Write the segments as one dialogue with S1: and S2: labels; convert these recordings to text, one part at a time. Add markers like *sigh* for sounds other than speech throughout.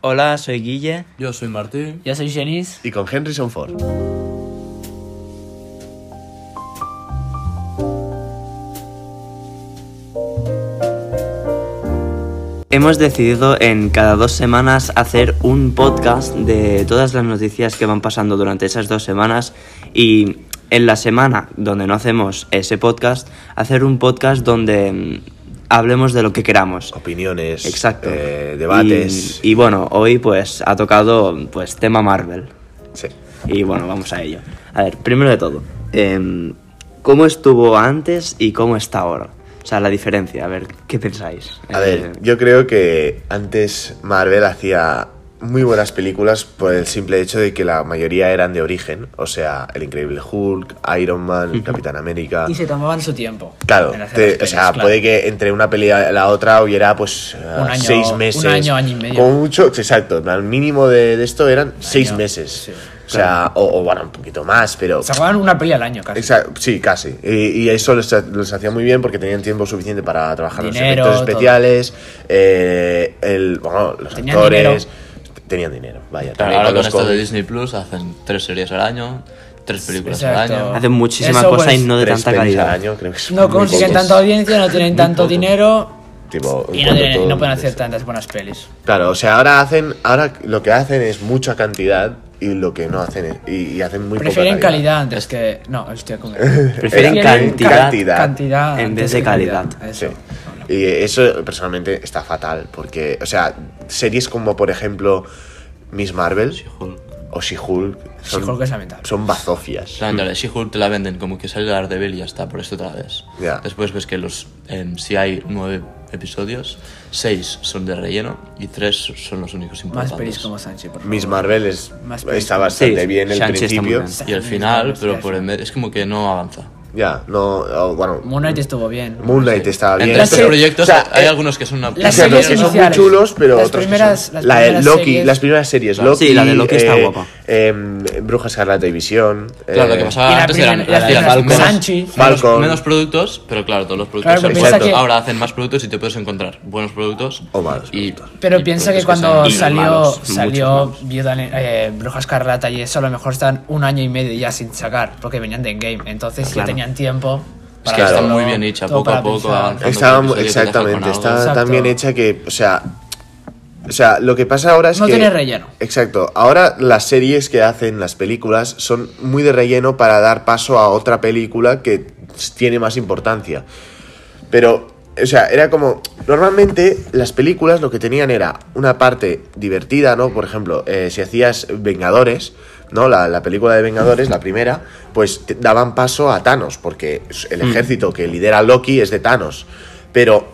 S1: Hola, soy Guille.
S2: Yo soy Martín.
S3: Yo soy Janice.
S4: y con Henryson Ford.
S1: Hemos decidido en cada dos semanas hacer un podcast de todas las noticias que van pasando durante esas dos semanas y en la semana donde no hacemos ese podcast, hacer un podcast donde mm, hablemos de lo que queramos.
S4: Opiniones,
S1: Exacto.
S4: Pues, eh, debates.
S1: Y, y bueno, hoy pues ha tocado pues tema Marvel.
S4: Sí.
S1: Y bueno, vamos a ello. A ver, primero de todo, em, ¿cómo estuvo antes y cómo está ahora? O sea, la diferencia, a ver, ¿qué pensáis?
S4: A
S1: Eh,
S4: ver, yo creo que antes Marvel hacía muy buenas películas por el simple hecho de que la mayoría eran de origen, o sea, El Increíble Hulk, Iron Man, Capitán América.
S3: Y se tomaban su tiempo.
S4: Claro,
S3: en
S4: te- o
S3: hacer las pelis,
S4: sea,
S3: claro.
S4: puede que entre una peli y la otra hubiera pues eh,
S3: Un año-
S4: seis
S3: un
S4: meses.
S3: año, año y medio.
S4: Como mucho, exacto, al mínimo de, de esto eran seis
S3: año,
S4: meses.
S3: sí.
S4: O sea, o, o, bueno, un poquito más, pero...
S3: Sacaban una peli al año casi.
S4: Exa- sí, casi. Y, y eso les, les hacía muy bien porque tenían tiempo suficiente para trabajar
S3: Dinero,
S4: los efectos
S3: todo.
S4: especiales, eh, el, bueno, los
S3: Tenían
S4: actores. Tenían dinero, vaya.
S2: Claro,
S4: también
S2: ahora
S4: con
S2: con
S4: los
S2: esto de
S4: cómics.
S2: Disney Plus hacen tres series al año, tres películas al
S3: Exacto.
S2: año.
S1: Hacen muchísima
S3: Eso,
S1: cosa
S3: pues,
S1: y no de
S4: Tres
S1: tanta
S4: pelis al
S1: calidad.
S4: año, creo que es
S3: No
S4: muy
S3: consiguen
S4: pocos.
S3: tanta audiencia, no tienen tanto
S4: pocos.
S3: dinero
S4: Tipo,
S3: y no,
S4: cuando
S3: tienen-
S4: todo-
S3: no pueden hacer tantas buenas pelis.
S4: Claro, o sea, ahora hacen, ahora lo que hacen es mucha cantidad y lo que no hacen es- y, y hacen muy
S3: Prefieren
S4: poca calidad.
S3: calidad antes que. No,
S4: *laughs*
S3: estoy con
S1: Prefieren cantidad,
S4: cantidad.
S3: cantidad
S1: en
S3: antes
S1: vez de
S3: que
S1: calidad.
S4: Sí.
S3: Eso.
S4: Y eso personalmente está fatal porque, o sea, series como por ejemplo Miss Marvel
S2: She-Hulk.
S4: o She-Hulk son,
S3: She-Hulk es lamentable.
S4: son bazofias.
S2: La de She-Hulk te la venden como que sale la Daredevil y ya está, por esto otra vez.
S4: Ya.
S2: Después ves que los em, si hay nueve episodios, seis son de relleno y tres son los únicos
S3: Más
S2: importantes.
S3: pelis como Sánchez, por favor.
S4: Miss Marvel es,
S3: Más
S4: está
S3: películas.
S4: bastante
S1: Sí,
S4: bien el
S1: Shang-Chi está
S4: principio.
S1: muy bien.
S2: y el final, pero por el medio, es como que no avanza.
S4: Ya, no, oh, bueno,
S3: Moon Knight estuvo bien.
S4: Moon Knight estaba bien.
S2: Entre estos
S4: pero-
S2: proyectos
S4: o sea,
S2: hay
S4: eh,
S2: algunos que son una...
S3: Las
S4: o sea,
S3: series
S4: los que son muy
S3: iniciales.
S4: chulos, pero
S3: Las
S4: otros que
S3: primeras-
S4: son-
S3: las
S4: la,
S3: primeras
S4: Loki,
S3: series-
S4: las primeras series
S1: Claro.
S4: Loki,
S1: Sí, la de Loki está
S4: eh,
S1: guapa.
S4: eh, Bruja Escarlata y Visión.
S2: Claro,
S4: eh,
S2: lo que
S3: Y
S2: pasaba
S3: la
S2: antes
S3: primera-
S2: eran
S3: y la
S2: eran
S3: primera-
S2: menos-
S3: Sanchi.
S2: menos-
S4: Falcon.
S2: menos productos, pero claro, todos los productos
S3: Claro, pero
S2: son
S4: piensa
S2: iguales.
S3: que-
S2: ahora hacen más productos y te puedes encontrar buenos productos
S4: O malos
S2: y-
S4: productos.
S3: Pero
S2: y
S3: piensa que
S2: productos sean-
S3: cuando
S1: sean
S3: salió,
S1: malos, muchos
S3: salió
S1: malos.
S3: Viuda, Ne- eh, Bruja Escarlata y eso, a lo mejor están un año y medio ya sin sacar, porque venían de Endgame, entonces
S1: Claro.
S3: ya tenían tiempo.
S2: Es
S3: para
S2: que está
S3: hacerlo,
S2: muy bien hecha,
S3: todo
S2: poco a
S3: para
S2: poco
S3: pensar.
S2: avanzando.
S4: Estaba
S2: por
S4: mu-
S2: episodio, te deja
S4: exactamente,
S2: con
S4: está
S2: algo.
S4: tan
S3: Exacto.
S4: bien hecha que, o sea, o sea, lo que pasa ahora es
S3: No
S4: que
S3: tiene relleno.
S4: Exacto. Ahora las series que hacen las películas son muy de relleno para dar paso a otra película que tiene más importancia. Pero o sea, era como normalmente las películas lo que tenían era una parte divertida, ¿no? Por ejemplo, eh, si hacías Vengadores, ¿no? La, la película de Vengadores, la primera, pues te daban paso a Thanos, porque el
S3: Mm.
S4: ejército que lidera Loki es de Thanos. Pero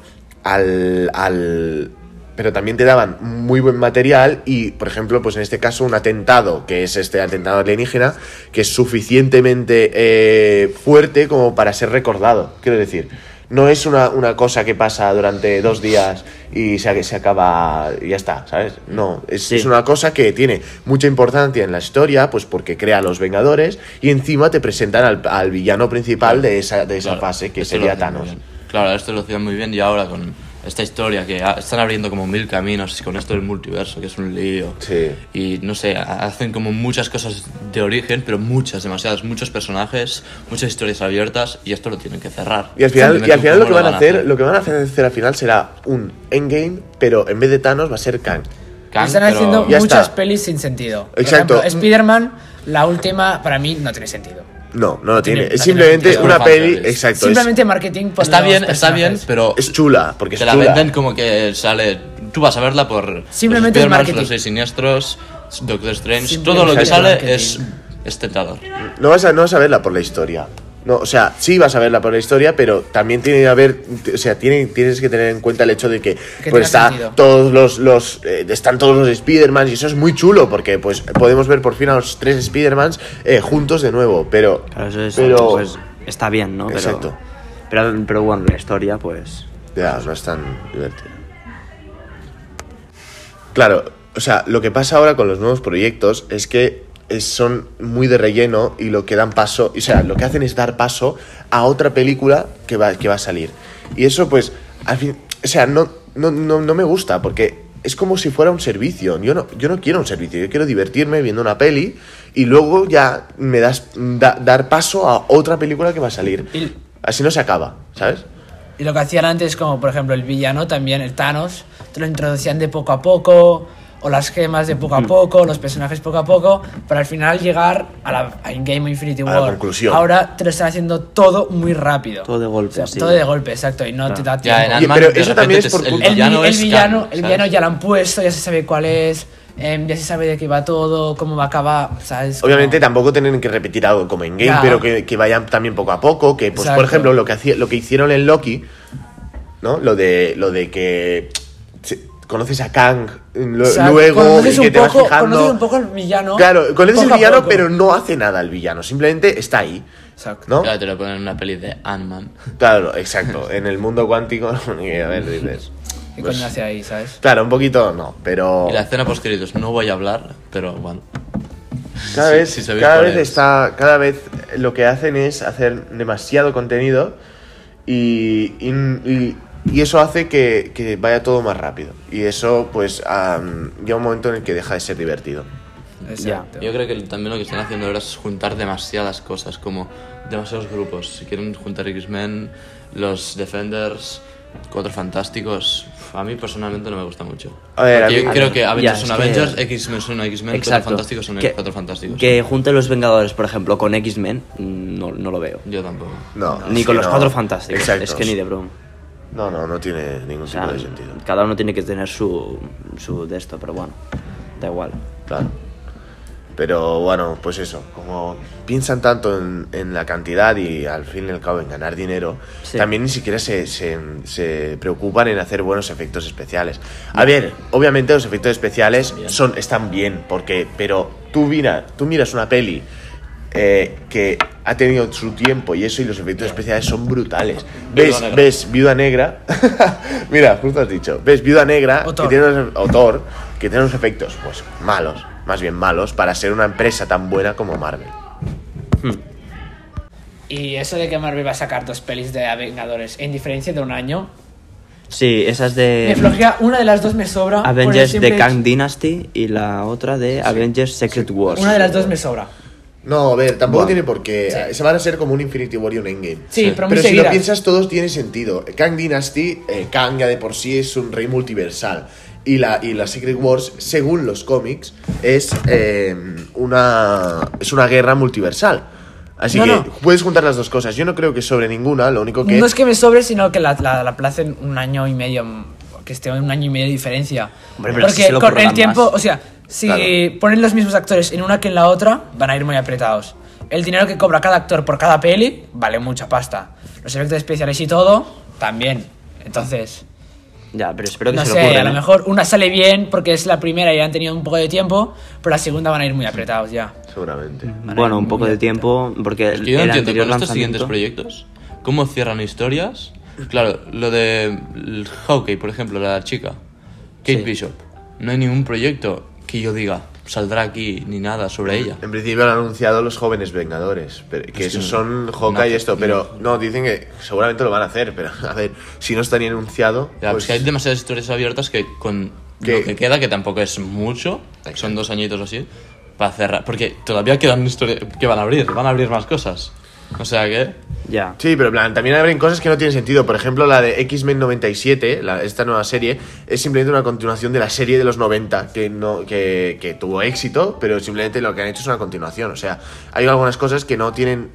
S4: al, al- pero también te daban muy buen material y, por ejemplo, pues en este caso un atentado, que es este atentado alienígena, que es suficientemente eh, fuerte como para ser recordado, quiero decir. No es una, una cosa que pasa durante dos días y se, se acaba y ya está, ¿sabes? No, es,
S1: Sí.
S4: es una cosa que tiene mucha importancia en la historia, pues porque crea a los Vengadores y encima te presentan al, al villano principal de esa, de esa
S2: Claro,
S4: fase, que
S2: esto lo
S4: sería
S2: hacen muy
S4: Thanos.
S2: bien. Claro, esto lo hacían muy bien y ahora con esta historia que a- están abriendo como mil caminos y con esto del multiverso, que es un lío.
S4: Sí.
S2: Y no sé, ha- hacen como muchas cosas de origen, pero muchas, demasiadas, muchos personajes, muchas historias abiertas y esto lo tienen que cerrar.
S4: Y al final,
S2: Simplemente
S4: y al final lo
S2: cómo
S4: que van a hacer, lo que van a hacer al final será un endgame, pero en vez de Thanos va a ser Kang.
S2: Kang,
S3: Están
S2: pero-
S3: haciendo
S4: Ya
S3: muchas
S4: está.
S3: pelis sin sentido. Por
S4: Exacto.
S3: ejemplo, Spider-Man, la última, para mí no tiene sentido.
S4: No, no lo tiene.
S3: tiene-
S4: es
S3: no tiene
S4: simplemente
S2: sentido.
S4: una
S2: Fan
S4: peli.
S2: service.
S4: Exacto. es-
S3: Simplemente marketing por
S2: Está
S3: los
S2: bien, está
S3: personajes.
S2: bien, pero
S4: Es, chula, porque es
S2: te la
S4: chula.
S2: venden como que sale. Tú vas a verla por.
S3: Simplemente
S2: los
S3: el
S2: Spidermans,
S3: marketing.
S2: Los seis siniestros, Doctor Strange.
S3: Simplemente
S2: todo lo que
S3: el
S2: sale
S3: marketing.
S2: es, es tentador.
S4: No vas, a, no vas a verla por la historia. No, o sea, sí vas a verla por la historia, pero también tiene que haber, o sea, tiene, tienes que tener en cuenta el hecho de que
S3: tenga
S4: pues está
S3: sentido.
S4: todos los, los eh, están todos los Spider-Man y eso es muy chulo porque pues podemos ver por fin a los tres Spider-Mans eh, juntos de nuevo, pero
S1: Claro, eso es,
S4: pero
S1: pues, está bien, ¿no? Pero,
S4: Exacto.
S1: Pero, pero bueno, la historia, pues...
S4: Ya, no es tan divertido. Claro, o sea, lo que pasa ahora con los nuevos proyectos es que es- son muy de relleno y lo que dan paso, o sea, lo que hacen es dar paso a otra película que va, que va a salir. Y eso, pues, al fin, o sea, no, no, no, no me gusta porque es como si fuera un servicio. Yo no, yo no quiero un servicio, yo quiero divertirme viendo una peli y luego ya me das da- dar paso a otra película que va a salir.
S3: Y-
S4: Así no se acaba, ¿sabes?
S3: Y lo que hacían antes, como por ejemplo el villano también, el Thanos, te lo introducían de poco a poco, o las gemas de poco a poco, los personajes poco a poco, para al final llegar a, la, a Endgame o Infinity
S4: A
S3: War.
S4: la conclusión.
S3: Ahora te lo están haciendo todo muy rápido.
S1: Todo de golpe,
S3: O sea,
S1: sí.
S3: Todo de golpe, exacto, y no te da
S2: Ya,
S3: tiempo.
S2: en
S4: Oye,
S2: Ant-Man,
S4: pero
S2: de
S4: eso
S2: repente
S4: también es
S2: te-
S4: por
S2: el
S4: culpa-
S3: el, vi-
S2: villano
S3: el
S2: es
S3: villano,
S2: Khan,
S3: el
S2: ¿sabes?
S3: villano ya lo han puesto, ya se sabe cuál es, em, ya se sabe de qué va todo, cómo va a acabar, ¿sabes?
S4: Obviamente
S3: Como-
S4: tampoco tienen que repetir algo como en game,
S3: Ya.
S4: pero que, que vayan también poco a poco, que pues
S3: Exacto.
S4: por ejemplo lo que hacía, lo que hicieron en Loki, ¿no? Lo de lo de que se- conoces a Kang mm, lo-
S3: o sea,
S4: luego y
S3: conoces
S4: que
S3: un
S4: te vas
S3: poco-
S4: fijando.
S3: conoces un poco al villano.
S4: Claro, conoces el
S3: poco a
S4: villano,
S3: poco.
S4: pero no hace nada el villano, simplemente está ahí,
S3: Exacto.
S4: ¿no?
S2: Claro, te lo ponen en una peli de Ant-Man.
S4: Claro, exacto. En el mundo cuántico, *laughs* y a ver,
S3: *laughs*
S4: dices.
S3: ¿Qué
S4: pues,
S3: coño hace ahí, sabes?
S4: claro, un poquito no, pero
S2: Y la escena post créditos, no voy a hablar, pero bueno.
S4: cada
S2: sí,
S4: vez,
S2: sí sabéis
S4: cada
S2: cuál
S4: vez
S2: es.
S4: está, cada vez lo que hacen es hacer demasiado contenido y, y, y- y eso hace que, que vaya todo más rápido. Y eso, pues, am, llega un momento en el que deja de ser divertido.
S3: Exacto.
S2: Yo creo que también lo que están haciendo ahora es juntar demasiadas cosas, como demasiados grupos. Si quieren juntar X-Men, los Defenders, Cuatro Fantásticos. Uf, A mí personalmente no me gusta mucho.
S4: A ver,
S2: Porque
S4: a mí-
S2: yo creo que
S1: Ya,
S2: Avengers son
S1: es que-
S2: Avengers, X-Men son X-Men, Cuatro Fantásticos son
S1: que,
S2: Cuatro Fantásticos.
S1: que junte los Vengadores, por ejemplo, con X-Men, mm, no, no lo veo.
S2: Yo tampoco.
S4: No,
S1: ni
S4: es
S1: con
S4: que
S1: los
S4: no.
S1: Cuatro Fantásticos.
S4: Exacto.
S1: Es que ni de broma.
S4: No, no, no tiene ningún
S1: O sea,
S4: tipo de sentido.
S1: cada uno tiene que tener su, su de esto, pero bueno, da igual.
S4: Claro. Pero bueno, pues eso, como piensan tanto en, en la cantidad y al fin y al cabo en ganar dinero,
S1: Sí.
S4: también ni siquiera se, se- se preocupan en hacer buenos efectos especiales. A ver, obviamente los efectos especiales son, están bien, porque, pero tú, mira, tú miras una peli eh, que ha tenido su tiempo y eso y los efectos especiales son brutales. ¿Ves,
S2: Negra.
S4: ves Viuda Negra? *laughs* Mira, justo has dicho. ¿Ves Viuda Negra?
S3: O
S4: que
S3: Thor.
S4: tiene unos- o Thor, que tiene unos efectos pues malos, más bien malos, para ser una empresa tan buena como Marvel.
S3: Y eso de que Marvel va a sacar dos pelis de Vengadores en diferencia de un año,
S1: Sí, esa es
S3: me
S1: de
S3: flojea, una de las dos me sobra. por el
S1: Eh, Avengers de
S3: simple
S1: Kang
S3: hecho-
S1: Dynasty y la otra de Avengers Secret Wars.
S3: Una de las dos me sobra.
S4: No, a ver, tampoco
S1: Bueno.
S4: tiene por qué.
S3: Sí.
S4: Se van a ser como un Infinity War y un Endgame.
S3: Sí,
S2: Sí.
S3: pero muy
S4: Pero si
S3: seguidas.
S4: lo piensas, todos tienen sentido. Kang Dynasty, eh, Kang ya de por sí es un rey multiversal. Y la, y la Secret Wars, según los cómics, es, eh, una, es una guerra multiversal. Así
S3: No,
S4: que
S3: no.
S4: puedes juntar las dos cosas. Yo no creo que sobre ninguna, lo único que.
S3: No es que me sobre, sino que la, la, la aplacen un año y medio, mm, que esté un año y medio de diferencia.
S1: Hombre, pero
S3: Porque
S1: si se lo
S3: con
S1: curran
S3: el tiempo,
S1: más.
S3: o sea, si
S4: Claro.
S3: ponen los mismos actores en una que en la otra, van a ir muy apretados. El dinero que cobra cada actor por cada peli vale mucha pasta. Los efectos especiales y todo, también. Entonces...
S1: Ya, pero espero que
S3: No
S1: se
S3: sé,
S1: lo ocurran,
S3: a lo
S1: ¿eh?
S3: mejor una sale bien porque es la primera y han tenido un poco de tiempo, pero la segunda van a ir muy apretados ya.
S4: Seguramente.
S1: Bueno, un poco de tiempo, porque
S2: Es que yo no
S1: el
S2: entiendo
S1: anterior
S2: con estos siguientes
S1: lanzamiento-
S2: proyectos, ¿cómo cierran historias? Claro, lo de el Hawkeye, por ejemplo, la chica, Kate
S1: Sí.
S2: Bishop. No hay ningún proyecto que yo diga saldrá aquí ni nada sobre ella.
S4: En principio lo han anunciado los jóvenes Vengadores, pero- que esos son Hawkeye y
S2: no,
S4: esto, pero no, dicen que seguramente lo van a hacer, pero a ver, si no está ni anunciado,
S2: Ya,
S4: pues,
S2: pues que hay demasiadas historias abiertas que con
S4: Que-
S2: lo que queda, que tampoco es mucho, son dos añitos o así, para cerrar. Porque todavía quedan historias que van a abrir, van a abrir más cosas. O sea que.
S1: Ya.
S4: Sí, pero en plan, también abren cosas que no tienen sentido. Por ejemplo, la de X-Men 97, la- esta nueva serie, es simplemente una continuación de la serie de los 90, que, no, que, que tuvo éxito, pero simplemente lo que han hecho es una continuación. O sea, hay algunas cosas que no tienen.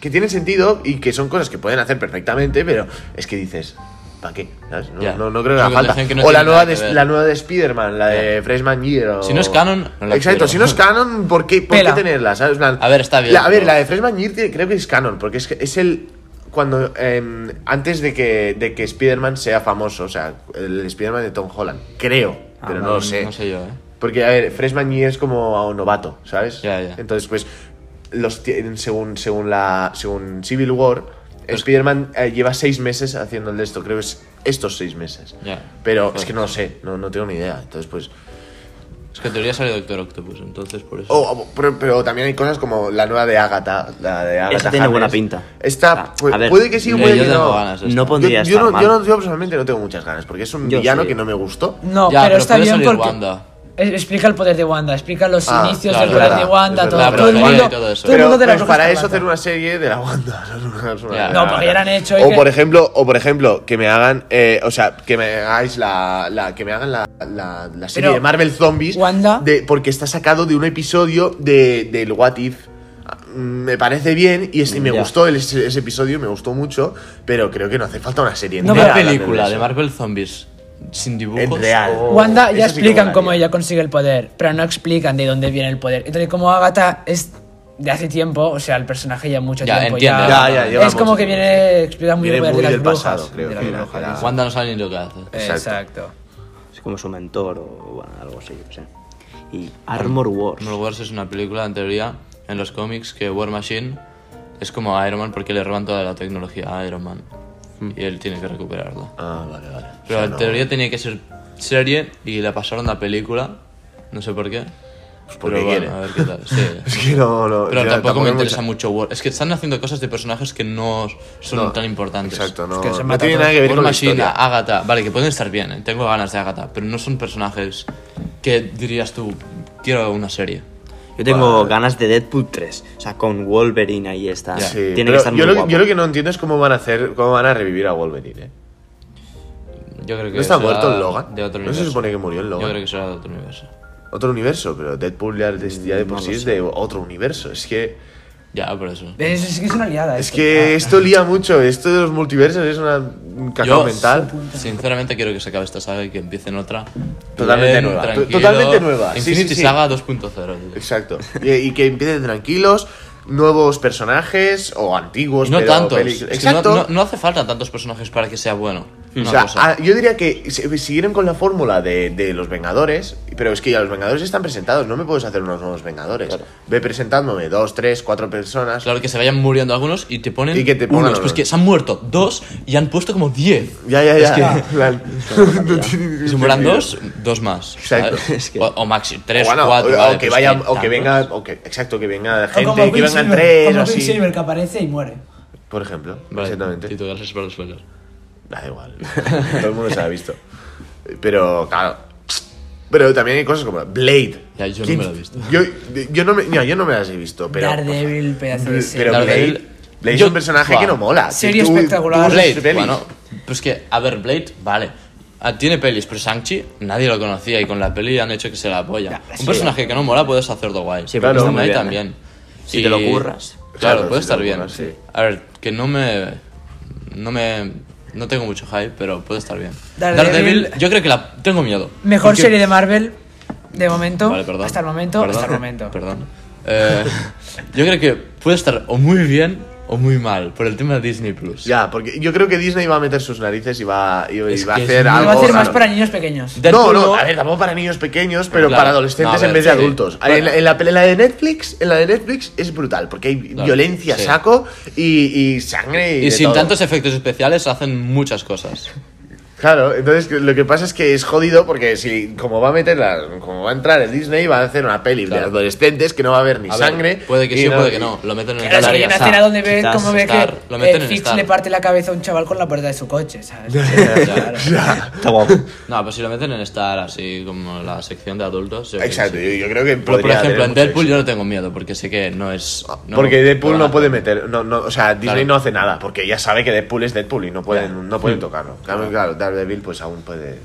S4: que tienen sentido y que son cosas que pueden hacer perfectamente, pero es que dices. ¿Para qué? ¿Sabes? No,
S2: Ya.
S4: no- no creo que
S2: Es
S4: haga
S2: lo que
S4: falta.
S2: dicen que no
S4: o la
S2: tiene
S4: nueva,
S2: nada que
S4: de,
S2: ver.
S4: la nueva de Spider-Man, la de Freshman Year. o-
S2: Si no es canon, no la
S4: Exacto,
S2: quiero.
S4: si no es canon, ¿por qué, por qué
S3: Pela.
S4: tenerla? ¿sabes? En plan,
S2: A ver, está bien,
S4: la- a ver,
S2: pero-
S4: la de Freshman Year tiene- creo que es canon, porque es, que es el. Cuando. em, antes de que, de que Spider-Man sea famoso, o sea, el Spider-Man de Tom Holland. Creo, pero no lo sé.
S2: Ah, No sé yo, ¿eh?
S4: Porque, a ver, Freshman Year es como a un novato, ¿sabes?
S2: Ya, ya.
S4: Entonces, pues. Los tienen según, según, la, según Civil War.
S2: Pues
S4: Spider-Man eh, lleva seis meses haciendo el de esto, creo que es estos seis meses.
S2: Ya.
S4: pues, Pero es que no lo sé, no, no tengo ni idea. Entonces, pues.
S2: Es que en teoría sale Doctor Octopus, entonces por eso.
S4: Oh, oh, pero, pero también hay cosas como la nueva de Agatha. La de Agatha
S1: Esa tiene buena
S4: Harkness.
S1: pinta.
S4: Esta,
S1: Ah,
S4: pues,
S1: a ver,
S4: puede que sí,
S2: yo-
S4: puede
S2: yo
S4: que
S2: tengo
S4: no.
S2: ganas.
S1: No pondría
S4: Yo, yo
S1: estar
S4: no, yo,
S1: mal.
S4: no- yo personalmente no tengo muchas ganas, porque es un
S1: Yo
S4: villano
S1: sí.
S4: que no me gustó.
S3: No,
S2: Ya,
S3: pero,
S2: pero
S3: está
S2: puede
S3: bien
S2: salir
S3: porque.
S2: Wanda.
S3: Es- Explica el poder de Wanda, explica los
S4: Ah,
S3: inicios
S4: claro,
S3: del
S4: es
S3: poder
S4: verdad,
S3: de Wanda,
S4: es
S3: todo,
S4: verdad,
S3: todo el
S4: pero-
S3: mundo.
S2: todo eso.
S3: todo el mundo de la
S4: pues
S3: Bruja
S4: para eso
S3: Escarlata.
S4: hacer una serie de la Wanda. *laughs* es una-
S2: Ya.
S4: es
S2: No,
S4: una-
S3: porque eran hecho y
S4: O
S3: que-
S4: por ejemplo, o por ejemplo, que me hagan, eh, o sea, que me hagáis la, la- que me hagan la, la- la serie
S3: Pero,
S4: de Marvel Zombies,
S3: Wanda-
S4: de- porque está sacado de un episodio de del What If. Ah, mm, Me parece bien y este, me
S1: Ya.
S4: gustó el- ese, ese episodio, me gustó mucho, pero creo que no hace falta una serie
S3: No,
S4: entera
S2: una
S4: hablando de
S2: película
S4: eso.
S2: de Marvel Zombies sin dibujos.
S4: En real.
S2: o-
S3: Wanda
S4: eso
S3: ya
S4: sí que
S3: explican
S4: molaría.
S3: cómo ella consigue el poder, pero no explican de dónde viene el poder. Entonces, como Agatha es de hace tiempo, o sea, el personaje ya mucho
S2: Ya,
S3: tiempo
S2: entiendo.
S4: Ya, ya, lleva
S3: es como
S4: mucho
S3: que
S4: tiempo.
S3: viene explica muy
S4: Viene
S3: el poder
S4: muy
S3: de las
S4: del
S3: brujas,
S4: pasado, creo
S3: de las
S4: que era,
S3: brujas.
S4: ojalá.
S2: Wanda oh, no sabe ni lo que hace.
S3: Exacto.
S1: Es como su mentor o bueno, algo así, yo qué sé. Y Armor Wars.
S2: Armor Wars es una película, en teoría, en los cómics, que War Machine es como Iron Man porque le roban toda la tecnología a Iron Man. Y él tiene que recuperarla.
S4: Ah, vale, vale. O
S2: Pero
S4: sea,
S2: en
S4: no-
S2: teoría tenía que ser serie y la pasaron a película. No sé por qué.
S4: Pues porque
S2: Pero bueno,
S4: quieren.
S2: a ver qué tal. Sí.
S4: *laughs* Es que no, no.
S2: Pero
S4: ya,
S2: tampoco, me
S4: hay
S2: interesa
S4: mucha-
S2: mucho War. Es que están haciendo cosas de personajes que no son tan importantes.
S4: Exacto, no.
S3: que se
S4: no
S3: mata
S4: tiene
S3: todo.
S4: nada que ver
S2: War
S4: con la
S2: Machine,
S4: historia.
S2: Agatha, vale, que pueden estar bien, eh, tengo ganas de Agatha, pero no son personajes que dirías tú, quiero una serie.
S1: Yo tengo
S4: Vale.
S1: ganas de Deadpool 3. O sea, con Wolverine ahí está.
S2: Ya.
S4: Sí,
S1: Tiene
S4: pero
S1: que estar muy
S4: yo, lo,
S1: guapo.
S4: yo lo que no entiendo es cómo van a hacer, cómo van a revivir a Wolverine. ¿eh?
S2: Yo creo que
S4: ¿No está
S2: será
S4: muerto en Logan?
S2: De otro
S4: ¿No
S2: universo.
S4: se supone que murió en
S2: Yo
S4: Logan?
S2: creo que será de otro universo.
S4: Otro universo, pero Deadpool ya, de- ya de por
S1: No
S4: sí
S1: lo
S4: es
S1: sé.
S4: de otro universo. Es que,
S2: Ya, por eso.
S3: Es, es que es una liada.
S4: es
S3: esto.
S4: que
S3: Ah.
S4: esto lía mucho. Esto de los multiversos es una un cacao
S2: Yo,
S4: mental.
S2: sinceramente, quiero que se acabe esta saga y que empiecen otra.
S4: Totalmente
S2: bien,
S4: nueva. To-
S2: tranquilo.
S4: totalmente nueva, sí,
S2: Infinity
S4: sí, sí.
S2: Saga 2.0. tío.
S4: Exacto. Y, y que empiecen tranquilos, nuevos personajes o antiguos.
S2: Y no
S4: Pues pero
S2: tantos.
S4: peli-
S2: Es que
S4: Exacto.
S2: no, no- no hace falta tantos personajes para que sea bueno. Una
S4: O sea,
S2: cosa.
S4: ah, yo diría que si- siguieron con la fórmula de, de los Vengadores, pero es que ya los Vengadores están presentados, no me puedes hacer unos nuevos Vengadores. Ve presentándome dos, tres, cuatro personas.
S2: Claro que se vayan muriendo algunos y te ponen.
S4: Y que te pongan
S2: unos, pues
S4: algunos.
S2: que se han muerto dos y han puesto como 10.
S4: Ya, ya, ya. Ah.
S2: Es que- *laughs*
S4: en
S3: *laughs*
S4: plan, no tiene
S2: Y
S4: ningún
S2: si mueran
S4: sentido.
S2: dos, dos más.
S4: Exacto.
S2: ¿sabes? *laughs*
S1: Es que-
S2: O, o máximo,
S4: O
S2: tres,
S4: bueno, o-
S2: cuatro.
S4: o,
S2: vale,
S4: que
S2: pues
S4: vaya,
S2: que
S4: o que venga,
S2: tantos.
S4: o que, exacto, que venga
S3: O
S4: gente, que vengan
S3: Quicksilver,
S4: tres o
S3: como
S4: así.
S3: Quicksilver, que aparece y muere.
S4: Por ejemplo,
S2: Vale,
S4: exactamente.
S2: Tito, gracias por los spoilers.
S4: Da igual. *laughs* Todo el mundo se la ha visto. Pero, claro. Pero también hay cosas como Blade.
S2: Ya, yo no
S4: ¿Quién-
S2: me la he visto.
S4: Yo, yo no me, mira, yo no me las he visto, pero.
S3: Daredevil, pedazo de serie.
S4: Pero
S2: Daredevil-
S4: Blade, Blade
S2: Yo-
S4: es un personaje
S2: Buah.
S4: que no mola.
S3: Serie
S4: Tú- tú
S3: espectacular.
S4: ves
S2: Blade,
S4: sus pelis.
S2: bueno, pues que, a ver, Blade, vale. Ah, Tiene pelis, pero Shang-Chi nadie lo conocía y con la peli han hecho que se la apoya. Un personaje que no mola puedes hacerlo guay.
S1: Sí, porque
S4: Claro. está
S2: Moon
S1: muy
S2: Knight
S1: bien,
S2: también.
S1: Si te lo curras.
S2: Claro,
S4: Claro,
S2: puede
S4: si te
S2: estar
S4: lo
S2: bien.
S4: curras, sí.
S2: A ver, que no me. No me. No tengo mucho hype, pero puede estar bien.
S3: Daredevil-
S2: yo creo que la. Tengo miedo.
S3: Mejor
S2: Porque-
S3: serie de Marvel de momento.
S2: Vale, perdón.
S3: Hasta el momento.
S2: Perdón,
S3: Hasta el momento.
S2: *laughs* Perdón. Eh, yo creo que puede estar o muy bien o muy mal por el tema de Disney Plus.
S4: Ya, porque yo creo que Disney va a meter sus narices y va, y, y
S2: Es
S4: va a
S2: que es
S4: hacer
S2: muy-
S3: Lo
S4: algo.
S3: va a hacer
S4: raro.
S3: más para niños pequeños.
S4: No,
S2: Deadpool
S4: no,
S2: no.
S4: a ver, tampoco para niños pequeños, pero
S2: Claro.
S4: para adolescentes
S2: No, a ver,
S4: en vez de
S2: sí.
S4: adultos.
S2: Bueno.
S4: En, la, en la peli- en la de Netflix, en la de Netflix es brutal, porque hay
S2: Claro,
S4: violencia,
S2: sí.
S4: saco y, y sangre y,
S2: Y
S4: de
S2: sin
S4: todo.
S2: tantos efectos especiales hacen muchas cosas.
S4: Claro, entonces lo que pasa es que es jodido porque si como va a meter la- como va a entrar el Disney va a hacer una peli
S2: Claro.
S4: de adolescentes que no va a haber ni
S2: A ver,
S4: sangre.
S2: puede que
S4: y
S2: sí, puede que no. Lo meten en el
S3: Claro, es que hay una
S1: Star,
S2: calendario.
S3: escena donde ve
S1: quizás
S3: cómo ve
S2: Star, lo
S3: que
S2: meten
S3: eh,
S2: en
S3: Fix
S2: Star.
S3: le parte la cabeza a un chaval con la puerta de su
S4: *laughs*
S3: coche, ¿sabes?
S2: Ya.
S4: Ya.
S1: Está
S4: *laughs*
S1: guapo.
S2: Ah. No, pero si lo meten en Star, así como la sección de adultos. yo creo que
S4: *laughs* Exacto,
S2: sí.
S4: yo, yo creo que
S2: Pero, por
S4: podría
S2: ejemplo, en
S4: tener mucho
S2: Deadpool
S4: éxito.
S2: yo no tengo miedo porque sé que no es. no-
S4: porque Deadpool
S2: lo
S4: no
S2: hacen.
S4: puede meter, no, no, o sea, Disney
S2: Claro.
S4: no hace nada, porque ya sabe que Deadpool es Deadpool y no pueden,
S2: Ya.
S4: no pueden tocarlo. Claro, claro, Daredevil pues aún puede,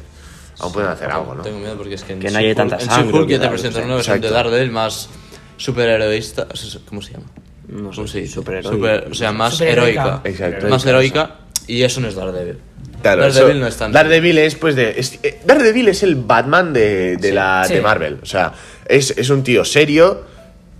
S4: aún pueden hacer algo, ¿no?
S2: Tengo miedo porque es que. en
S1: Que no haya
S2: She-Hulk-
S1: tanta
S2: en
S1: sangre
S2: She-Hulk
S1: o
S2: ya te
S1: tal,
S2: presentan
S1: sí.
S2: una versión de
S4: Exacto.
S2: Daredevil más superheroísta. o sea, ¿Cómo se llama?
S1: No sé,
S2: ¿Cómo se dice?
S1: superheroica.
S2: Super- o sea, más
S3: Superheroica.
S2: heroica.
S4: Exacto.
S2: Más heroica. Y eso no es Daredevil.
S4: Claro,
S2: Daredevil
S4: eso-
S2: no es tan.
S4: Daredevil es pues de. es- eh, Daredevil es el Batman de, de
S2: Sí.
S4: la
S3: Sí.
S4: de Marvel. O sea, es, es un tío serio.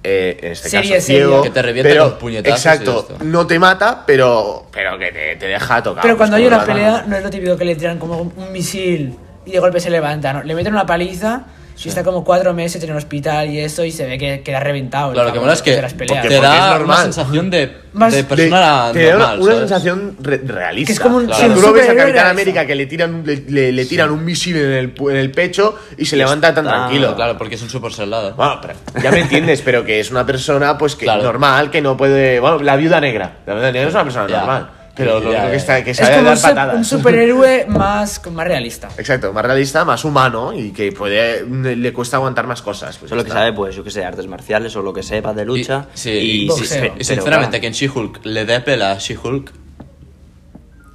S4: eh, en este
S3: Serio,
S4: caso,
S3: serio.
S4: ciego,
S2: Que te revienta
S4: pero-
S2: con puñetazos y ya
S4: Exacto.
S2: está.
S4: no te mata, pero. Pero que te, te deja tocar.
S3: Pero
S4: pues,
S3: cuando hay
S4: como
S3: una
S4: Batman.
S3: pelea, no es lo típico que le tiran como un misil y de golpe se levanta, ¿no? Le meten una paliza Si está como cuatro meses en el hospital y eso, y se ve que queda reventado. el
S2: Claro, lo que
S3: cabrón
S2: mola es que
S3: de las peleas.
S4: porque
S2: te da
S4: es
S2: una
S4: normal.
S2: sensación de,
S3: Más-
S2: de persona
S4: Te- te da
S2: normal,
S4: una
S2: ¿sabes?
S4: sensación re- realista.
S3: Que es como un-
S4: O sea,
S2: sí, un
S4: tú lo ves a
S3: superhéroe
S4: Capitán
S3: realista.
S4: América que le tiran, un- le, le- le tiran un misil en el, pu- en el pecho y se levanta tan
S1: Está-
S4: tranquilo.
S2: Claro, porque es un super soldado.
S4: Bueno, pero ya me entiendes, pero que es una persona pues que
S2: Claro.
S4: normal, que no puede... Bueno, la viuda negra. La viuda negra es una persona
S2: Ya.
S4: normal. Pero
S2: Ya,
S4: lo único
S2: ya,
S4: que, está, que
S3: Es
S4: sabe
S3: como un,
S4: dar
S3: su-
S4: patadas.
S3: un superhéroe más, más realista.
S4: *laughs* Exacto, más realista, más humano y que puede le cuesta aguantar más cosas. Pues
S1: Solo
S4: ya
S1: que
S4: está.
S1: sabe, pues yo que sé, artes marciales o lo que sepa de lucha.
S2: Y, sí, y,
S3: Boxeo.
S2: sí,
S1: pero,
S2: y sinceramente, que
S1: claro,
S2: en She-Hulk le dé pela a She-Hulk.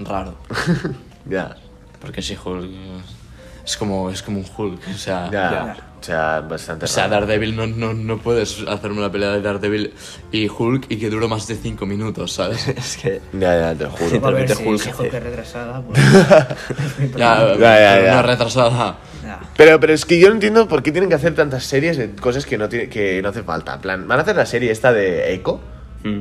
S2: Raro.
S4: Ya,
S2: Porque She-Hulk. Es como, es como un Hulk. O sea,
S4: ya, O sea, bastante
S2: o sea
S4: raro.
S2: Daredevil no, no, no puedes hacerme una pelea de Daredevil y Hulk y que dure más de 5 minutos,
S4: *laughs*
S2: ¿sabes?
S1: Es que.
S4: Ya, ya, te lo juro.
S3: Tipo, a ver
S1: Literalmente
S3: si
S1: Hulk
S3: si
S1: hace-
S3: Hulk es retrasada. pues- *laughs*
S2: ya,
S4: *laughs* Ya, ya,
S2: pero
S4: ya.
S2: una retrasada.
S3: Ya.
S4: Pero, pero es que yo no entiendo por qué tienen que hacer tantas series de cosas que no, tiene, que no hace falta. En plan, van a hacer la serie esta de Echo,
S1: mm.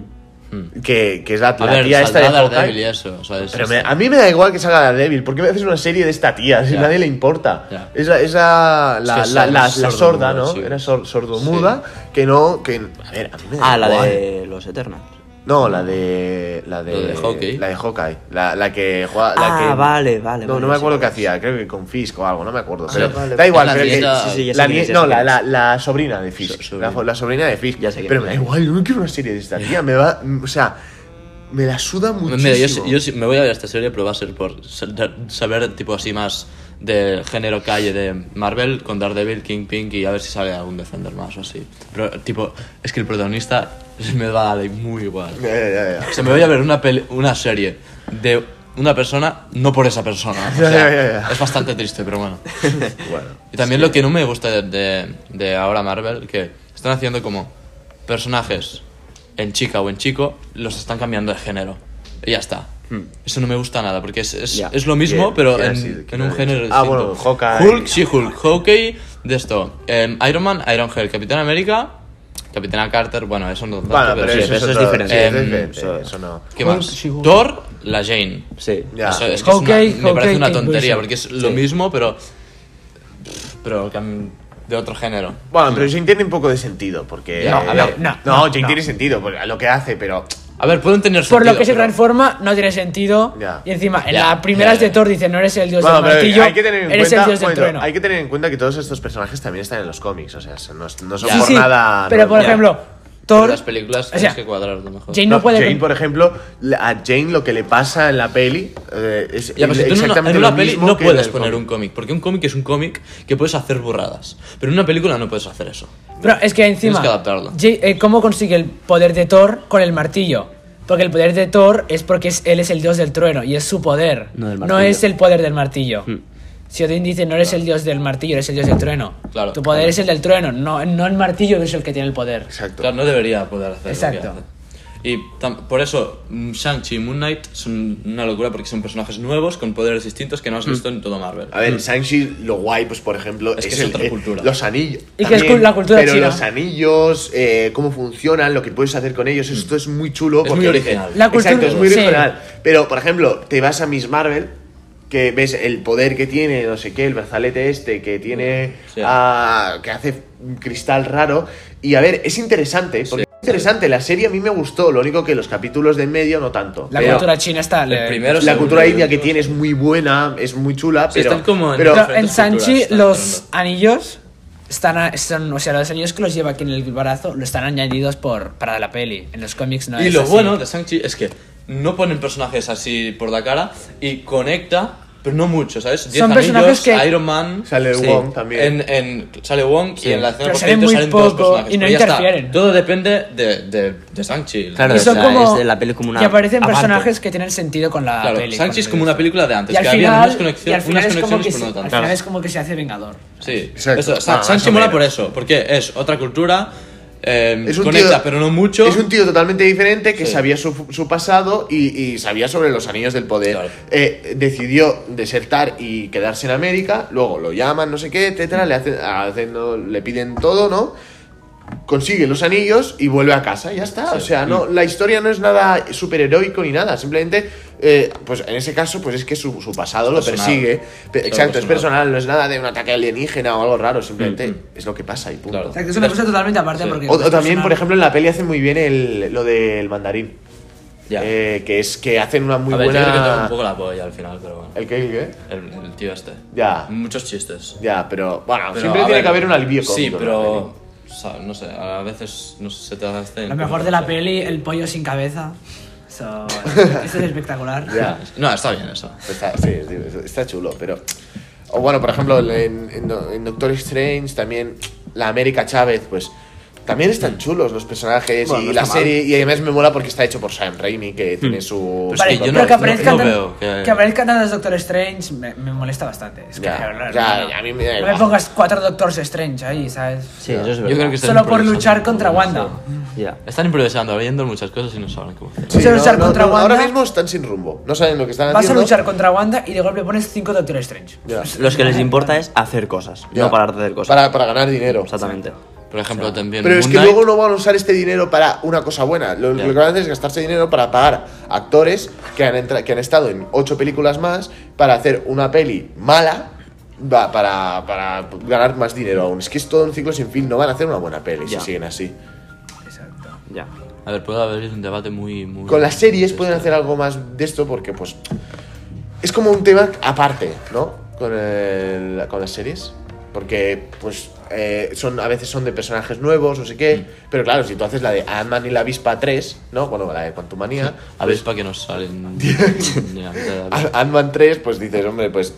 S4: que, que es Hmm. la,
S2: A
S4: la
S2: ver,
S4: tía esta de
S2: saldrá Daredevil y
S4: Hawkeye.
S2: eso, ¿sabes?
S4: Pero me- a mí me da igual que salga Daredevil. ¿Por qué me haces una serie de esta tía? Si
S2: Ya.
S4: nadie le importa.
S2: Ya.
S4: Es la, es la, la,
S2: Es que
S4: la-
S2: es
S4: la- la
S2: sordomuda,
S4: sorda, ¿no?
S2: sí.
S4: Era sor- sordomuda que no... Que, a ver, a mí me da
S1: Ah, la
S4: igual.
S1: de los Eternals.
S4: No, la de. La de.
S2: Lo de Hawkeye.
S4: La de Hawkeye. La, la que juega. la
S1: Ah,
S4: que-
S1: vale, vale,
S4: No,
S1: vale,
S4: no me
S1: sí,
S4: acuerdo qué
S1: pues.
S4: hacía. Creo que con Fisk o algo, no me acuerdo.
S2: Ah,
S4: pero
S2: vale,
S4: da igual,
S2: la
S4: pero que.
S2: nieta-
S4: sí, sí, ya
S1: la
S4: sé
S1: nie-
S4: quién es,
S1: no,
S4: no, la,
S1: la-
S4: sobrina de Fisk.
S1: So-
S4: la,
S1: sobrina.
S4: la sobrina de Fisk.
S1: Ya sé quién
S4: pero
S1: es.
S4: me da igual, yo no quiero una serie de esta tía. Me va. O sea. Me la suda muchísimo.
S2: Mira, yo, sí- yo sí- me voy a ver esta serie, pero va a ser por sa- da- saber, tipo así, más de género calle de Marvel con Daredevil, Kingpin y a ver si sale algún Defender más o así. Pero, tipo, es que el protagonista *laughs* me va a dar muy igual.
S4: Ya, ya, ya, ya.
S2: O sea, me voy a ver una, peli- una serie de una persona, no por esa persona. O
S4: *laughs* Ya,
S2: sea,
S4: ya, ya, ya.
S2: Es bastante triste, pero bueno.
S4: Bueno.
S2: Y también lo que no me gusta de, de- de ahora Marvel, que están haciendo como personajes en chica o en chico, los están cambiando de género. Y ya está. Eso no me gusta nada, porque es, es,
S1: Ya.
S2: es lo mismo,
S4: Bien,
S2: pero
S4: ya,
S2: en,
S4: sí, Hmm. que
S2: en
S4: lo
S2: un
S4: he
S2: género
S4: dicho. Ah,
S2: distinto.
S4: bueno, Hawkeye.
S2: Hulk, sí, Hulk, Hawkeye, de esto. Em, Iron Man, Iron Hell, Capitán América, Capitana Carter, bueno, eso no tanto,
S4: Bueno, pero,
S2: sí.
S1: eso es
S4: otro-
S1: diferente.
S4: sí, eso es
S2: Em,
S4: diferente,
S1: so-
S4: Eso no.
S2: ¿Qué
S3: Hulk,
S2: más?
S3: sí, Hulk.
S2: Thor, la Jane.
S1: Sí.
S4: Ya.
S2: Eso es que es una- me
S3: Hawkeye,
S2: parece
S3: Hawkeye,
S2: una
S3: Kate
S2: tontería,
S3: Bishop.
S2: porque es lo mismo, pero. Pero cam- de otro género.
S4: Bueno, pero Jane tiene un poco de sentido, porque. eh,
S2: No, a ver,
S4: no,
S3: no,
S4: no,
S3: no,
S4: Jane
S3: no.
S4: tiene sentido, porque lo que hace, pero.
S2: A ver, pueden tener sentido.
S3: Por lo que se
S2: pero-
S3: transforma no tiene sentido.
S4: Ya.
S3: Y encima, en
S2: Ya,
S3: las primeras
S2: ya,
S3: de Thor dice, Pues no eres el dios
S4: Bueno,
S3: del
S4: pero
S3: martillo,
S4: hay que tener en
S3: eres
S4: cuenta,
S3: el dios del
S4: bueno,
S3: trueno.
S4: hay que tener en cuenta que todos estos personajes también están en los cómics, o sea, son- no, no son
S2: Ya.
S3: Sí,
S4: por
S3: sí,
S4: nada.
S3: pero por
S4: no-
S3: ejemplo,
S2: pero
S3: Thor...
S2: las películas
S3: o
S2: tienes
S3: sea,
S2: que cuadrar lo mejor.
S3: Jane
S4: No,
S3: no, puede...
S4: Jane,
S3: con-
S4: por ejemplo, la- a Jane lo que le pasa en la peli eh, es
S2: Ya, pero si tú en una,
S4: exactamente
S2: en
S4: lo
S2: una peli
S4: mismo
S2: no
S4: que en el
S2: puedes poner
S4: cómic.
S2: un cómic, porque un cómic es un cómic que puedes hacer burradas. Pero en una película no puedes hacer eso.
S3: Pero es que encima...
S2: que adaptarlo.
S3: Jane- eh, ¿Cómo consigue el poder de Thor con el martillo? Porque el poder de Thor es porque es- él es el dios del trueno y es su poder.
S1: No del martillo.
S3: es el poder del martillo.
S2: Hmm.
S3: Si Odín dice, no eres el dios del martillo, eres el dios del trueno.
S2: Claro,
S3: tu poder
S2: claro.
S3: es el del trueno, no, no el martillo que es el que tiene el poder.
S4: Exacto.
S2: Claro, no debería poder hacer lo que
S3: Exacto.
S2: hace. Y tam- por eso mm, Shang-Chi y Moon Knight son una locura porque son personajes nuevos con poderes distintos que no has visto en todo Marvel.
S4: Mm. A ver, Shang-Chi, lo guay, pues por ejemplo,
S2: Mm. Es que es
S4: el-
S2: otra
S4: eh,
S2: cultura.
S4: Los anillos.
S3: Y que es cul- la cultura
S4: Pero
S3: china.
S4: los anillos, eh, cómo funcionan, lo que puedes hacer con ellos, esto es muy chulo.
S2: Mm. Es
S4: porque-
S2: muy original.
S3: La cultura-
S4: Exacto, es muy
S3: sí.
S4: original. Pero, por ejemplo, te vas a Miss Marvel, que ves el poder que tiene, no sé qué, el brazalete este que tiene,
S2: Sí.
S4: ah, que hace un cristal raro. Y a ver, es interesante, porque
S2: Sí.
S4: es interesante. La serie a mí me gustó, lo único que los capítulos de en medio no tanto.
S3: La
S4: Pero-
S3: cultura china está... le-
S2: primero-
S4: eh, la
S2: Segundo,
S4: cultura india que
S2: segundo.
S4: tiene es muy buena, es muy chula,
S2: Sí,
S4: pero,
S2: están como en-
S4: pero-
S2: Pero-
S3: Pero en
S2: diferentes culturas
S3: Sanchi
S2: están
S3: los
S2: entrando.
S3: anillos están, a- son, o sea, los anillos que los lleva aquí en el brazo lo están añadidos por para la peli. En los cómics no
S2: Y
S3: es
S2: lo
S3: así.
S2: bueno de Shang-Chi es que no ponen personajes así por la cara y conecta, pero no mucho, ¿sabes? Diez
S3: Son
S2: anillos,
S3: personajes que-
S2: Iron Man.
S4: sale
S1: Sí.
S4: Wong también.
S2: En, en- sale Wong y en la escena
S3: Pero
S2: post
S3: salen muy
S2: salen dos
S3: poco
S2: personajes.
S3: y no
S2: pero ya está.
S3: interfieren.
S2: Todo depende de, de, de Shang-Chi.
S1: Claro,
S3: Y
S1: o
S3: son
S1: sea,
S3: como,
S1: es de la peli como una-
S3: y aparecen
S1: aparte.
S3: personajes que tienen sentido con la
S2: Claro,
S3: peli.
S2: Shang-Chi es
S3: con el
S2: como una
S3: universo.
S2: película de antes,
S3: Y al
S2: que había
S3: final-
S2: unas, conexio-
S3: y al final
S2: unas
S3: es como que
S2: conexiones,
S3: se-
S2: pero no
S3: Al
S2: tantas.
S3: final es como que se hace vengador.
S2: Sí,
S4: Exacto.
S2: eso,
S4: Ah,
S2: Sa-
S4: más
S2: Shang-Chi
S4: o
S2: mola
S4: menos.
S2: por eso, porque es otra cultura, eh,
S4: Es un
S2: conecta,
S4: tío-
S2: pero no mucho.
S4: Es un tío totalmente diferente que
S2: Sí.
S4: sabía su, su pasado y, y sabía sobre los anillos del poder.
S2: Claro.
S4: Eh, decidió desertar y quedarse en América. Luego lo llaman, no sé qué, etcétera. Le, hacen, hacen- no, le piden todo, ¿no? Consigue los anillos y vuelve a casa. Ya está. O sea, no, la historia no es nada superheroico ni nada. Simplemente eh, pues en ese caso, pues es que su, su pasado lo
S2: personal.
S4: persigue. Pe-
S2: Es
S4: Exacto,
S2: personal.
S4: es
S2: Mm,
S4: personal, no es nada de un ataque alienígena o algo raro, simplemente es lo que pasa y punto.
S2: Claro.
S3: O sea, que es una cosa totalmente aparte
S2: Sí.
S3: porque...
S4: O, o también,
S3: personal-
S4: por ejemplo, en la peli hacen muy bien el- lo del mandarín.
S2: Ya.
S4: Eh, que es que hacen una muy
S2: a ver, yo creo que tengo
S4: buena.
S2: un poco la polla al final, pero bueno.
S4: ¿El qué? ¿El qué?
S2: El, el tío este.
S4: Ya.
S2: Muchos chistes.
S4: Ya, pero bueno,
S2: Pero,
S4: siempre
S2: a
S4: tiene
S2: ver,
S4: que haber un alivio
S2: Sí,
S4: cómico,
S2: pero.
S4: ¿no?
S2: o sea, no sé, a veces no sé, se te hace.
S3: Lo mejor de la
S2: no sé.
S3: peli, el pollo sin cabeza.
S4: *laughs*
S3: Eso, eso es espectacular.
S2: *laughs*
S4: Ya.
S2: No, está bien eso.
S4: Está, sí, sí, está chulo, pero. O bueno, por ejemplo, en, en- en Doctor Strange también la América Chávez, pues. También
S2: Mm.
S4: están chulos los personajes
S5: Bueno,
S4: y
S5: no
S4: la
S5: está mal.
S4: serie. Y además me mola porque está hecho por Sam Raimi, que tiene su.
S2: Pues
S3: Vale,
S2: que yo
S3: pero
S2: no-
S3: que
S2: no
S3: aparezcan, tan-
S2: veo que-
S3: que aparezcan tantos Doctor Strange me, me molesta bastante. Es que,
S4: Ya,
S3: claro,
S4: ya,
S3: no,
S4: ya, a mí me da
S3: No
S4: igual.
S3: me pongas cuatro Doctors Strange ahí, ¿sabes?
S1: Sí, eso es
S2: Yo
S1: verdad.
S2: creo que están
S3: Solo por
S2: improvisando.
S3: luchar contra Wanda.
S1: Ya.
S2: Están improvisando, viendo muchas cosas y no saben cómo hacer.
S4: Sí,
S3: ¿Vas a luchar contra
S4: Ahora
S3: Wanda?
S4: mismo están sin rumbo. No saben lo que están
S3: Vas a
S4: haciendo.
S3: luchar contra Wanda y de golpe pones cinco Doctor Strange.
S4: Ya,
S1: Los que les importa es hacer cosas,
S4: ya.
S1: no parar de hacer cosas.
S4: Para, para ganar dinero.
S1: Exactamente.
S2: Por ejemplo, también.
S4: Pero es
S2: Moon
S4: que
S2: Knight-
S4: luego no van a usar este dinero para una cosa buena. Lo,
S2: Ya.
S4: lo que van a hacer es gastarse dinero para pagar actores que han, entra- que han estado en ocho películas más para hacer una peli mala va- para, para ganar más dinero aún. Es que es todo un ciclo sin fin. No van a hacer una buena peli
S1: Ya.
S4: si siguen así.
S3: Exacto.
S1: Ya.
S2: A ver, puede haber un debate muy. muy
S4: Con las series pueden
S2: este.
S4: hacer algo más de esto porque, pues, es como un tema aparte, ¿no? Con, el- con las series. Porque, pues, eh, son, a veces son de personajes nuevos, no sé qué. Pero claro, si tú haces la de Ant-Man y la Avispa 3, ¿no? Bueno, la de *laughs* Quantumania.
S2: A ver, para que nos
S4: *laughs*
S2: salen. ni la mitad de la vida.
S4: Ant- Ant-Man 3, pues dices, hombre, pues,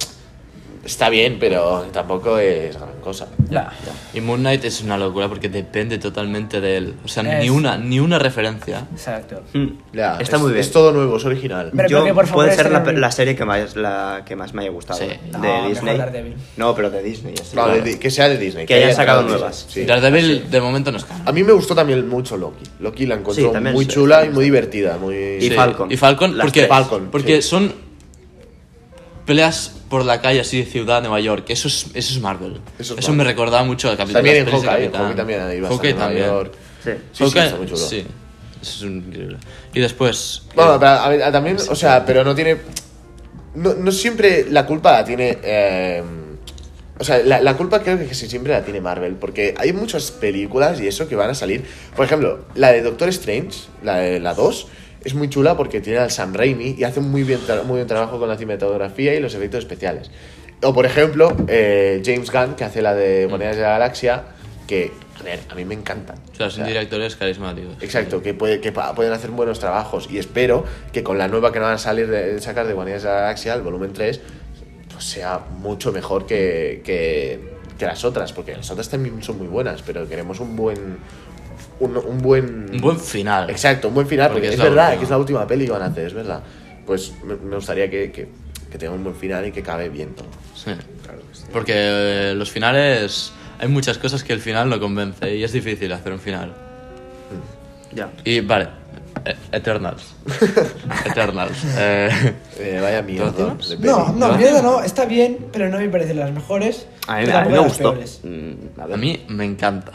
S4: está bien, pero tampoco es gran cosa.
S3: Ya.
S2: y Moon Knight es una locura porque depende totalmente de él. O sea, ni
S3: Es-
S2: una, ni una referencia.
S3: Exacto.
S4: Mm. Ya,
S1: Está
S4: es-
S1: muy bien.
S4: Es todo nuevo, es original.
S3: Pero
S1: Yo-
S3: porque, por favor,
S1: puede ser la,
S3: este no-
S1: la serie que más, la que más me haya gustado.
S2: Sí.
S1: De
S2: No,
S3: mejor
S1: Disney.
S3: Daredevil.
S1: No, pero de Disney. así,
S4: No, de
S1: claro.
S4: Di- que sea de Disney.
S1: Que hayan
S4: haya
S1: sacado
S4: entrado
S1: nuevas.
S4: Disney. Sí.
S2: Daredevil de momento no es canon.
S4: A mí me gustó también mucho Loki. Loki la encontró
S1: Sí, también
S4: muy
S1: sí,
S4: chula
S1: sí,
S4: y muy divertida. Muy...
S1: Y
S2: Sí,
S1: Falcon.
S2: Y Falcon,
S1: Las
S2: porque,
S1: tres.
S4: Falcon,
S2: porque
S4: sí.
S2: son peleas por la calle así de ciudad Nueva York. Eso es, eso es Marvel.
S4: Eso
S2: Eso,
S4: es
S2: me
S4: Marvel.
S2: recordaba mucho al capítulo
S4: También
S2: de
S4: en
S2: las pelis de
S4: Hawkeye. En
S2: Capitán.
S4: Hawkeye también hay
S2: Hawkeye
S4: bastante Nueva
S2: también.
S4: York.
S1: Sí.
S4: Sí, sí,
S2: Hawkeye-
S4: está muy chulo.
S2: sí. Eso es increíble. Y después...
S4: Bueno,
S2: eh,
S4: pero a ver, a- también, o sea, pero no tiene. No, no siempre la culpa la tiene. eh, o sea, la, la culpa creo que sí siempre la tiene Marvel. Porque hay muchas películas y eso que van a salir. Por ejemplo, la de Doctor Strange, la de la 2. Es muy chula porque tiene al Sam Raimi y hace muy bien, tra- muy buen trabajo con la cinematografía y los efectos especiales. O por ejemplo, eh, James Gunn, que hace la
S2: Mm.
S4: de Monedas de la Galaxia, que, a ver, a mí me encantan.
S2: o sea, son directores carismáticos.
S4: Exacto, que, puede, que pa- pueden hacer buenos trabajos y espero que con la nueva que van a salir de, sacar de Guardianes de la Galaxia, el volumen 3, pues sea mucho mejor que, que, que las otras, porque las otras también son muy buenas, pero queremos un buen... Un, un buen...
S2: Un buen final.
S4: Exacto, un buen final,
S2: Porque
S4: porque,
S2: es
S4: es,
S2: la
S4: verdad
S2: última.
S4: que es la última peli que van a hacer, es verdad. Pues me, me gustaría que, que, que tenga un buen final y que cabe bien todo.
S2: Sí. Porque eh, los finales... Hay muchas cosas que el final no convence y es difícil hacer un final.
S1: Ya.
S2: Y vale, e-
S4: *laughs*
S2: Eternals. Eternals. Eh,
S4: Eh, vaya mierda.
S2: ¿Continuamos?
S4: de peli.
S3: No, no, miedo no, está bien, pero no me parecen las mejores.
S1: A mí,
S3: pero
S1: a mí
S3: tampoco
S1: me
S3: las
S1: gustó.
S3: peores.
S1: Mm, a ver.
S2: a mí me encanta.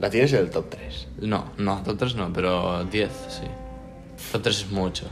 S4: La tienes en el top 3.
S2: No, no, top 3 no, pero 10, sí. Top 3 es mucho.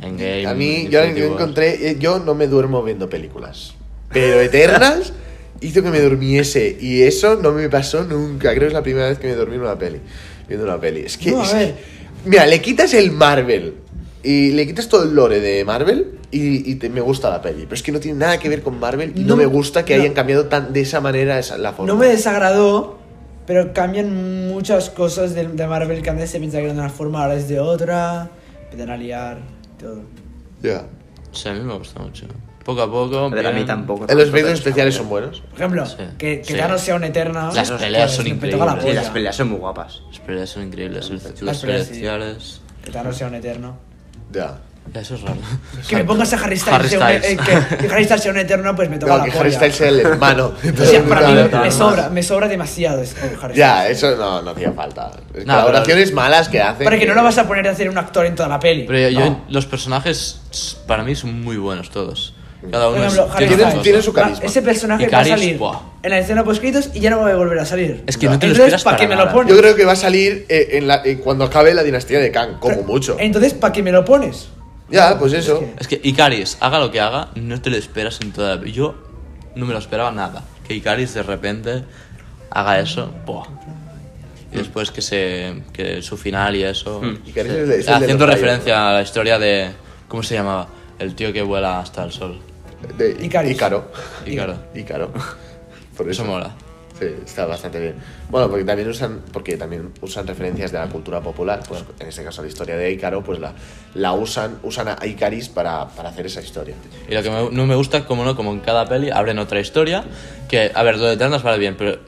S2: En game.
S4: A mí, yo,
S2: Infinity
S4: yo
S2: War.
S4: encontré. eh, Yo no me duermo viendo películas.
S3: *laughs*
S4: Pero Eternals hizo que me durmiese. Y eso no me pasó nunca. Creo que es la primera vez que me dormí en una peli. Viendo una peli. Es que.
S3: No, a
S4: es-
S3: ver.
S4: Mira, le quitas el Marvel. Y le quitas todo el lore de Marvel. Y, y te- me gusta la peli. Pero es que no tiene nada que ver con Marvel. Y no,
S3: No,
S4: me gusta que
S3: no.
S4: hayan cambiado tan, de esa manera esa- la forma.
S3: No me desagradó, pero cambian muchas cosas de, de Marvel que antes se pensaba que eran de una forma, ahora es de otra. Empiezan a liar todo.
S4: Ya.
S2: Sí, a mí me gusta mucho. Poco a poco.
S1: A ver, a
S2: bien.
S1: mí tampoco.
S4: Eh, Los
S1: tanto, pero-
S4: efectos especiales son buenos.
S3: Por ejemplo,
S2: Sí,
S3: que, que
S2: sí.
S3: Thanos sea un eterno.
S2: Las
S3: pues,
S2: peleas son
S3: me toca la
S2: increíbles.
S1: Sí,
S3: polla.
S1: las peleas son muy guapas.
S2: Las peleas son increíbles. Los, los
S3: Las peleas, sí.
S2: especiales.
S3: Que Thanos sea un eterno.
S4: Ya.
S2: Ya, Eso es raro.
S3: Que me pongas a Harry Styles,
S2: Harry
S3: sea un-
S2: Styles.
S3: eh, que, que Harry Styles sea un eterno, pues me toca
S4: No,
S3: la
S4: que
S3: polla.
S4: Harry Styles sea el
S3: *laughs*
S4: hermano.
S3: O sea, para mí
S4: Claro.
S3: me sobra, me sobra demasiado es- oh, Harry
S4: Ya,
S3: Styles.
S4: eso no, no hacía falta. Es
S2: No,
S4: Colaboraciones malas que hacen.
S3: Pero que no lo vas a poner a hacer un actor en toda la peli.
S2: Pero yo,
S4: No.
S2: los personajes para mí son muy buenos todos. Cada
S3: Por
S2: uno es-
S3: ejemplo, Harry
S2: tiene,
S3: Styles.
S2: cosas.
S4: tiene su
S3: Va,
S4: carisma.
S3: Ese personaje
S2: Y
S3: va a
S2: carisma.
S3: salir en la escena poscritos y ya no va a volver a salir.
S2: Es que no te lo
S3: Entonces,
S2: esperas
S3: ¿para
S2: para
S3: qué me lo
S2: nada.
S3: pones?
S4: Yo creo que va a salir eh, en la- eh, cuando acabe la dinastía de Kang, como mucho.
S3: Entonces, ¿para qué me lo pones?
S4: Ya, pues eso.
S2: Es que Icaris, haga lo que haga, no te lo esperas en toda la Yo no me lo esperaba nada. Que Icaris de repente haga eso, ¡buah! Y después que, se, que su final y eso.
S4: Icaris es el- es el de
S2: haciendo
S4: los rayos,
S2: referencia a la historia de. ¿Cómo se llamaba? El tío que vuela hasta el sol.
S4: De
S3: Icaris.
S4: Ícaro.
S2: Ícaro. *laughs*
S4: Ícaro. Por
S2: Eso mola.
S4: Sí, está bastante bien. Bueno, porque también usan, porque también usan referencias de la cultura popular, pues en este caso la historia de Ícaro, pues la, la usan, usan a Icaris para, para hacer esa historia.
S2: Y lo que me- no me gusta, como no, como en cada peli abren otra historia, que, a ver, lo de Eternas vale bien, pero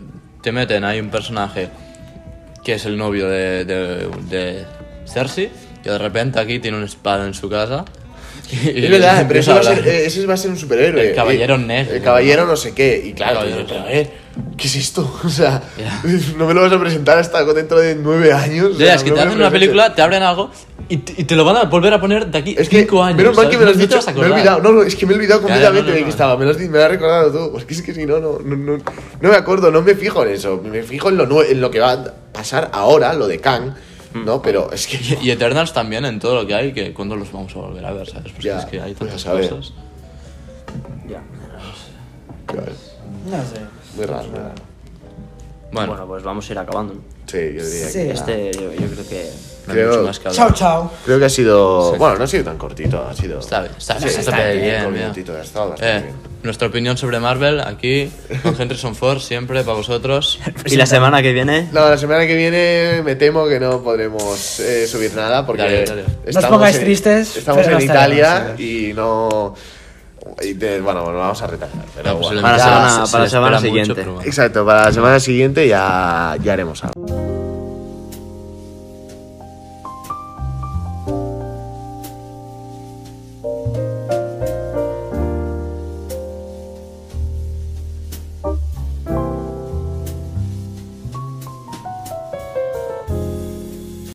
S2: te meten, hay un personaje que es el novio de, de, de Cersei, que de repente aquí tiene una espada en su casa. *laughs* y- y
S4: es verdad,
S2: empieza
S4: pero ese va, a
S2: hablar.
S4: ser, eh, ese va a ser un superhéroe.
S2: El caballero
S4: Eh,
S2: negro.
S4: El caballero no sé qué. Y claro,
S2: caballero
S4: dices, pero a
S2: negro.
S4: ver, ¿qué es esto? *laughs* O sea,
S2: Ya.
S4: no me lo vas a presentar hasta dentro de nueve años. o
S2: Ya,
S4: sea,
S2: es que
S4: no
S2: te
S4: me lo
S2: hacen una
S4: presentes.
S2: película, te abren algo y te, y te lo van a volver a poner de aquí
S4: Es que,
S2: cinco años.
S4: menos mal
S2: ¿sabes?
S4: que me lo has
S2: No te
S4: dicho,
S2: vas a
S4: me he
S2: acordar.
S4: olvidado, no, no, es que me he olvidado
S2: Ya,
S4: completamente
S2: no, no,
S4: de
S2: no.
S4: que estaba, me lo, has, di- me lo has recordado tú, porque es que si no, no, no, no, no me acuerdo, no me fijo en eso, me fijo en lo, nue- en lo que va a pasar ahora, lo de Kang,
S2: Mm.
S4: ¿no? Pero es que... *laughs*
S2: Y, y Eternals también en todo lo que hay, que cuándo los vamos a volver a ver, ¿sabes? Porque
S4: Ya,
S2: es que hay
S4: pues a
S2: tantas
S4: saber.
S2: cosas.
S3: No sé.
S4: Muy raro, muy raro.
S1: Bueno.
S2: Bueno,
S1: pues vamos a ir acabando. ¿no?
S4: Sí, yo diría
S3: Sí.
S4: que...
S1: Este, yo, yo creo que.
S2: no hay mucho
S4: Creo-
S2: más que hablar.
S3: Chao, chao.
S4: Creo que ha sido...
S2: Sí.
S4: Bueno, no ha sido tan cortito, ha sido...
S2: Está bien, está
S4: Sí,
S2: bien, está bien,
S4: con
S2: bien.
S4: minutito, ha estado bastante
S2: Eh,
S4: bien.
S2: nuestra opinión sobre Marvel aquí, con Henderson Ford, siempre para vosotros.
S1: Y la semana que viene.
S4: No, la semana que viene me temo que no podremos eh, subir nada porque
S2: Dale, dale. No os
S4: estamos
S3: pongáis
S4: en-
S3: tristes,
S4: Estamos
S3: pero
S4: en
S3: no estaremos, ¿eh?
S4: Italia y no. y te- bueno, bueno, vamos a retrasar. Pero
S2: Eh, pues
S4: bueno,
S2: el
S1: Para la
S4: ya-
S2: invitado
S1: semana-
S2: se-
S1: para la
S2: se le
S1: semana
S2: espera mucho,
S1: siguiente.
S2: pero bueno.
S4: Exacto, para la semana siguiente ya, ya haremos algo.